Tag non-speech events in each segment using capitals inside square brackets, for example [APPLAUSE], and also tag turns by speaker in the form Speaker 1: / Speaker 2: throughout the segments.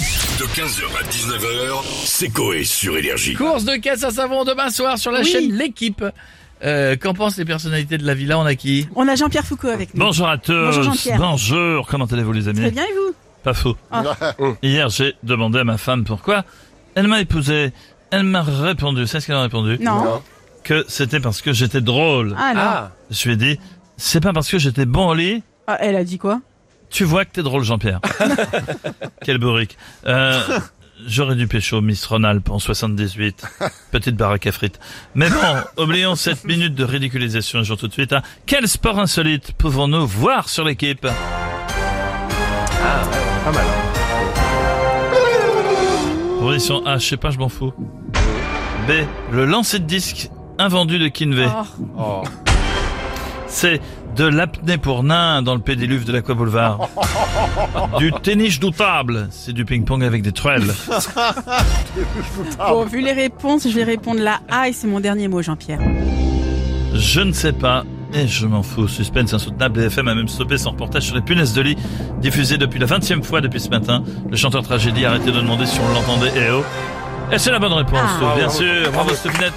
Speaker 1: De 15h à 19h, c'est Coé sur Énergie.
Speaker 2: Course de caisse à savon demain soir sur la chaîne L'équipe. Euh, Qu'en pensent les personnalités de la villa On a qui
Speaker 3: On a Jean-Pierre Foucault avec nous.
Speaker 4: Bonjour à tous.
Speaker 3: Bonjour Jean-Pierre.
Speaker 4: Bonjour. Comment allez-vous les
Speaker 3: Très Ah.
Speaker 4: amis
Speaker 3: bien et vous
Speaker 4: Pas faux. Hier, j'ai demandé à ma femme pourquoi. Elle m'a épousé. Elle m'a répondu. C'est ce qu'elle a répondu
Speaker 3: Non.
Speaker 4: Que c'était parce que j'étais drôle.
Speaker 3: Ah non. Ah.
Speaker 4: Je lui ai dit, c'est pas parce que j'étais bon au lit.
Speaker 3: elle a dit quoi
Speaker 4: Tu vois que t'es drôle, Jean-Pierre. Quel bourrique. Euh, J'aurais dû pécho Miss Ronalp en 78. Petite baraque à frites. Mais bon, oublions cette minute de ridiculisation et jouons tout de suite à quel sport insolite pouvons-nous voir sur l'équipe
Speaker 1: Ah, Pas mal.
Speaker 4: Proposition A, je sais pas, je m'en fous. B, le lancer de disque invendu de Kinvey.
Speaker 3: Oh,
Speaker 4: C, de l'apnée pour nain dans le pédiluve de l'Aqua Boulevard. du tennis doutable, c'est du ping-pong avec des truelles.
Speaker 3: Bon, vu les réponses, je vais répondre la A et c'est mon dernier mot, Jean-Pierre.
Speaker 4: Je ne sais pas. Et je m'en fous, suspense insoutenable, BFM a même stoppé son reportage sur les punaises de lit, diffusé depuis la 20 e fois depuis ce matin. Le chanteur tragédie a arrêté de demander si on l'entendait, eh oh. Et c'est la bonne réponse,
Speaker 3: Ah.
Speaker 4: bien sûr, bravo Stéphinette.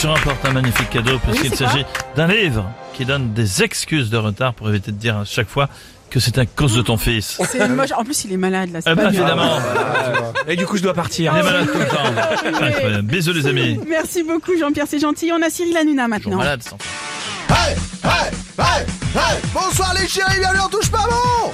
Speaker 4: Je remporte un magnifique cadeau puisqu'il
Speaker 3: c'est
Speaker 4: s'agit d'un livre qui donne des excuses de retard pour éviter de dire à chaque fois que c'est à cause de ton fils.
Speaker 3: C'est moche. En plus, il est malade là. c'est
Speaker 4: Ah
Speaker 3: pas
Speaker 4: bah,
Speaker 3: bien.
Speaker 4: évidemment, [LAUGHS]
Speaker 5: Et du coup, je dois partir.
Speaker 4: il est malade tout le temps.
Speaker 3: Ah, oui.
Speaker 4: Incroyable. Bisous les amis.
Speaker 3: Merci beaucoup, Jean-Pierre. C'est gentil. On a Cyril Hanouna
Speaker 2: Toujours
Speaker 3: maintenant.
Speaker 2: malade, sans
Speaker 6: Hey, hey, hey, hey Bonsoir les chéris, bienvenue en touche pas bon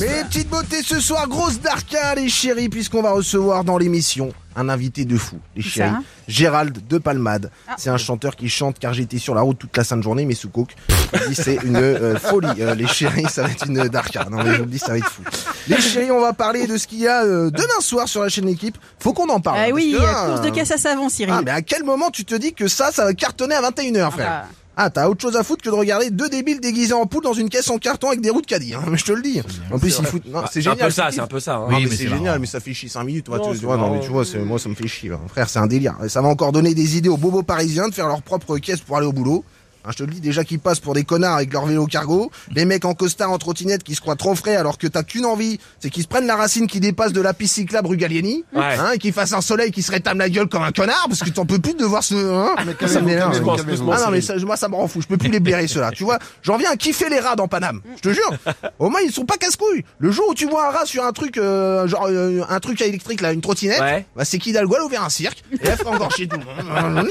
Speaker 6: Mes petites beautés ce soir, grosse darka les chéris, puisqu'on va recevoir dans l'émission un invité de fou, les
Speaker 3: Qui
Speaker 6: chéris.
Speaker 3: ça hein
Speaker 6: Gérald de Palmade.
Speaker 3: Ah.
Speaker 6: C'est un chanteur qui chante car j'étais sur la route toute la sainte journée, mais sous coke. Je vous dis, c'est une euh, folie. Euh, les chéris, ça va être une darka. Non mais je vous le dis, ça va être fou. Les chéris, on va parler de ce qu'il y a euh, demain soir sur la chaîne équipe. Faut qu'on en parle. hein,
Speaker 3: Ah
Speaker 6: parce
Speaker 3: oui,
Speaker 6: que là,
Speaker 3: course de caisse à savon, Cyril.
Speaker 6: ah, mais à quel moment tu te dis que ça, ça va cartonner à 21h, frère
Speaker 3: bah.
Speaker 6: Ah, t'as autre chose à foutre que de regarder deux débiles déguisés en poule dans une caisse en carton avec des roues de caddie, hein, [LAUGHS] mais je te le dis. En plus, ils foutent. Non,
Speaker 5: Ah, C'est
Speaker 6: c'est
Speaker 5: un
Speaker 6: génial.
Speaker 5: peu ça,
Speaker 6: ce
Speaker 5: c'est un peu ça. hein.
Speaker 6: non, mais,
Speaker 4: mais
Speaker 6: c'est
Speaker 4: c'est
Speaker 6: génial,
Speaker 4: marrant.
Speaker 6: mais ça fait chier 5 minutes. Toi,
Speaker 5: Non,
Speaker 6: tu,
Speaker 5: c'est
Speaker 6: vois, non, mais
Speaker 5: marrant.
Speaker 6: tu vois, c'est- moi, ça me fait chier. hein. Frère, c'est un délire. Et Ça va encore donner des idées aux bobos parisiens de faire leur propre caisse pour aller au boulot. Hein, je te le dis déjà qu'ils passent pour des connards avec leur vélo cargo, les mecs en costard en trottinette qui se croient trop frais alors que t'as qu'une envie, c'est qu'ils se prennent la racine qui dépasse de la piste cyclable rue Gallieni,
Speaker 5: Ouais.
Speaker 6: hein, et qu'ils fassent un soleil qui se rétame la gueule comme un connard parce que t'en peux plus de voir ce. Hein,
Speaker 5: Ah,
Speaker 6: ça me m'énerve.
Speaker 5: calmez-vous, calmez-vous,
Speaker 6: Ah non, mais
Speaker 5: Cyril.
Speaker 6: ça, moi ça me rend fou, je peux plus les blairer ceux-là, tu vois. J'en viens à kiffer les rats dans Paname, je te jure. Au moins ils sont pas casse-couilles. Le jour où tu vois un rat sur un truc euh, genre euh, un truc à électrique là, une trottinette,
Speaker 5: Ouais.
Speaker 6: bah c'est qu'Hidalgo elle a ouvert un cirque et elle fera encore chez tout. le monde.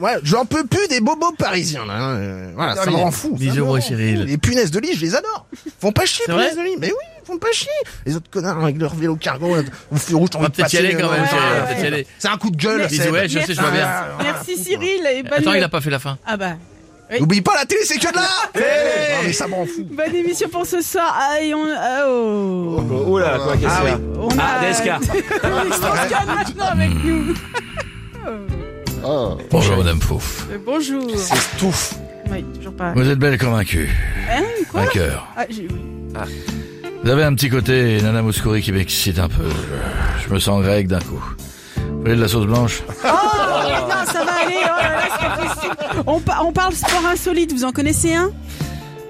Speaker 6: Ouais, j'en peux plus des bobos parisiens là. hein. Euh, Voilà, ça me rend fou.
Speaker 2: Bisous,
Speaker 6: ça me
Speaker 2: moi,
Speaker 6: rend
Speaker 2: Cyril.
Speaker 6: fou. Les punaises de lit, je les adore. Font pas chier
Speaker 2: C'est
Speaker 6: les
Speaker 2: vrai
Speaker 6: punaises de lit. Mais oui, font pas chier. Les autres connards avec leur vélo cargo, là, au feu rouge, t'en
Speaker 2: On va
Speaker 6: veux
Speaker 2: peut-être y
Speaker 6: passer,
Speaker 2: aller quand
Speaker 6: euh,
Speaker 2: même,
Speaker 6: ouais,
Speaker 2: Cyril, on va
Speaker 6: ouais.
Speaker 2: peut-être y aller.
Speaker 6: C'est un coup de gueule.
Speaker 3: Mais-
Speaker 6: Seb.
Speaker 2: Bisous, ouais, je sais, je vois bien.
Speaker 6: Ah,
Speaker 3: Merci Cyril. Et bonne...
Speaker 2: Attends, il a pas fait la fin.
Speaker 3: Ah bah.
Speaker 6: N'oublie pas la télé, c'est que de la télé. Non, mais ça m'en fout.
Speaker 3: Bonne émission pour ce soir. Ah, et on... ah, oh.
Speaker 5: Oh là, quoi, qu'est-ce qu'il y a
Speaker 3: on
Speaker 5: Ah,
Speaker 3: a... [LAUGHS]
Speaker 5: DSK.
Speaker 3: Félix Transcan maintenant avec
Speaker 5: [LAUGHS]
Speaker 3: nous.
Speaker 2: Bonjour Madame Fouf.
Speaker 3: Euh, Bonjour.
Speaker 6: Touffe.
Speaker 3: Oui, toujours pas.
Speaker 2: Vous êtes belle et convaincue.
Speaker 3: Hein, quoi
Speaker 2: Vainqueur.
Speaker 3: Ah, j'ai-
Speaker 2: Vous avez un petit côté Nana Mouskouri qui m'excite un peu. Je, je me sens grec d'un coup. Vous voulez de la sauce blanche
Speaker 3: Oh, non, ça va aller. Oh là là, c'est pas possible. On, pa- on parle sport insolite. Vous en connaissez un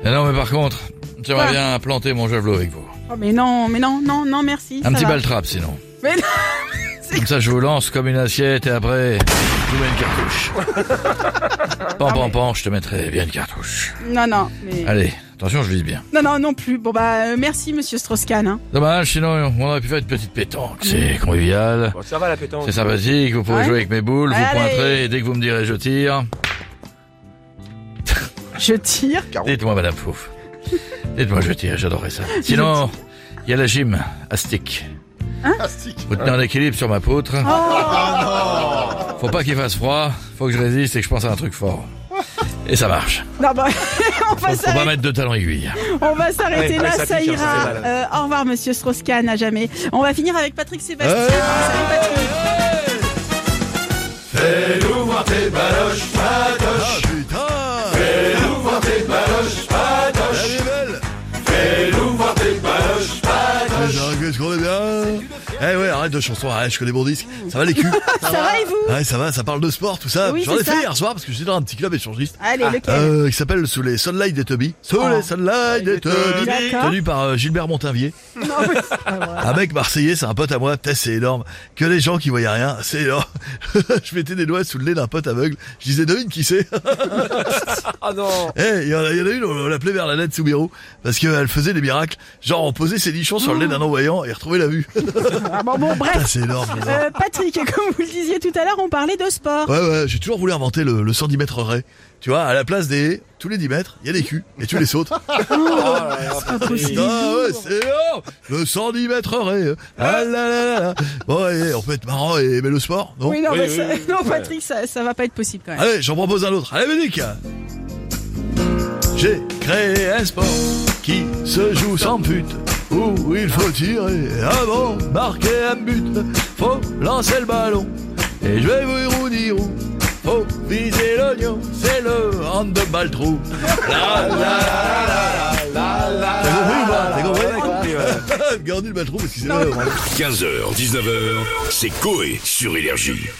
Speaker 2: Eh Non mais par contre, j'aimerais
Speaker 3: Quoi
Speaker 2: bien planter mon javelot avec vous.
Speaker 3: Oh, mais non, mais non, non, non, merci.
Speaker 2: Un
Speaker 3: ça
Speaker 2: petit
Speaker 3: va.
Speaker 2: baltrap sinon.
Speaker 3: Mais non,
Speaker 2: [LAUGHS] Comme ça je vous lance comme une assiette et après je vous mets une cartouche.
Speaker 3: [LAUGHS] Ah,
Speaker 2: Pan pan pan, je te mettrai bien une cartouche.
Speaker 3: non, non, mais-
Speaker 2: Allez, attention je vise bien.
Speaker 3: non, non, non plus. Bon bah, euh, merci, Monsieur Strauss-Kahn. hein.
Speaker 2: Dommage, sinon on aurait pu faire une petite pétanque. C'est convivial,
Speaker 5: Mm. Bon, ça va la pétanque.
Speaker 2: c'est sympathique, vous pouvez
Speaker 3: Ouais.
Speaker 2: jouer avec mes boules, vous
Speaker 3: Allez.
Speaker 2: pointerez et dès que vous me direz je tire,
Speaker 5: Ah
Speaker 3: Je tire.
Speaker 2: dites-moi Madame
Speaker 3: [LAUGHS]
Speaker 2: Fouf. Dites-moi je tire, j'adorerais ça. Sinon, il y a la gym, à stick.
Speaker 3: Hein
Speaker 5: Ah,
Speaker 2: Vous tenez en équilibre sur ma poutre.
Speaker 3: Oh.
Speaker 5: Ah,
Speaker 2: Faut pas qu'il fasse froid, faut que je résiste et que je pense à un truc fort.
Speaker 5: Ah.
Speaker 2: Et ça marche.
Speaker 3: Non, bah, [LAUGHS] on va
Speaker 2: Faut pas
Speaker 3: s'arrêter.
Speaker 2: mettre de talons aiguilles.
Speaker 3: On va s'arrêter
Speaker 5: Allez, allez,
Speaker 3: là,
Speaker 5: ça
Speaker 3: ça
Speaker 5: pique, hein,
Speaker 3: ira.
Speaker 5: ça fait mal.
Speaker 3: Euh, au revoir, Monsieur Strauss-Kahn, à jamais. On va finir avec Patrick Sébastien. Salut, Patrick. Ah,
Speaker 7: Qu'est-ce qu'on est bien
Speaker 4: Eh ouais, arrête de chansons, arrête, je connais mon disque. Ça va
Speaker 3: [LAUGHS]
Speaker 4: les culs
Speaker 3: Ça va et vous
Speaker 4: Ouais, ça va, ça parle de sport, tout ça.
Speaker 3: Oui,
Speaker 4: J'en ai
Speaker 3: c'est
Speaker 4: fait
Speaker 3: ça.
Speaker 4: hier soir parce que j'étais dans un petit club échangiste.
Speaker 3: Allez, lequel
Speaker 4: Euh, qui s'appelle Sous les Sunlight des Tubby. Sous
Speaker 3: Oh.
Speaker 4: les Sunlight des Tubby.
Speaker 3: D'accord.
Speaker 4: Tenu par euh, Gilbert Montinvier.
Speaker 3: Non, mais c'est pas vrai.
Speaker 4: Un mec marseillais, c'est un pote à moi. Putain, c'est énorme. Que les gens qui voyaient rien, c'est énorme. [LAUGHS] je mettais des doigts sous le nez d'un pote aveugle. Je disais, devine qui c'est.
Speaker 8: Ah non.
Speaker 4: Eh, il y, en a il y en a une, on l'appelait Bernadette Soubirou, parce qu'elle faisait des miracles. Genre, on posait ses nichons sur le nez d'un non-voyant et retrouvait la vue.
Speaker 3: Ah bon, bon,
Speaker 4: Putain,
Speaker 3: bref.
Speaker 4: Mmh. [LAUGHS] c'est énorme.
Speaker 3: Euh, Patrick, [LAUGHS] comme vous le disiez tout à l'heure, on parlait de sport.
Speaker 4: Ouais, ouais, j'ai toujours voulu inventer le, le 110 mètres ray. Tu vois, à la place des, tous les 10 mètres, il y a des culs, et tu les [LAUGHS] sautes.
Speaker 3: C'est pas possible.
Speaker 4: Ah ouais, c'est énorme Le 110 mètres ray. Ah là là là là. Bon, et, on peut être marrant et aimer le sport, non
Speaker 3: Oui, non,
Speaker 8: Oui,
Speaker 3: mais
Speaker 8: oui,
Speaker 3: ça-
Speaker 8: oui, oui.
Speaker 3: [LAUGHS] non, Patrick, ça, ça va pas être possible quand même.
Speaker 4: Allez, j'en propose un autre. Allez, Médic J'ai créé un sport qui se joue sans but, où il faut tirer avant, marquer un but, faut lancer le ballon. Et je vais vous roux dire où faut viser l'oignon, c'est le handball trou. La, la, la, la, la, la. T'as compris ou pas T'as compris Gardez le ball trou parce qu'il s'est
Speaker 7: 15h, 19h, c'est Coé sur Énergie.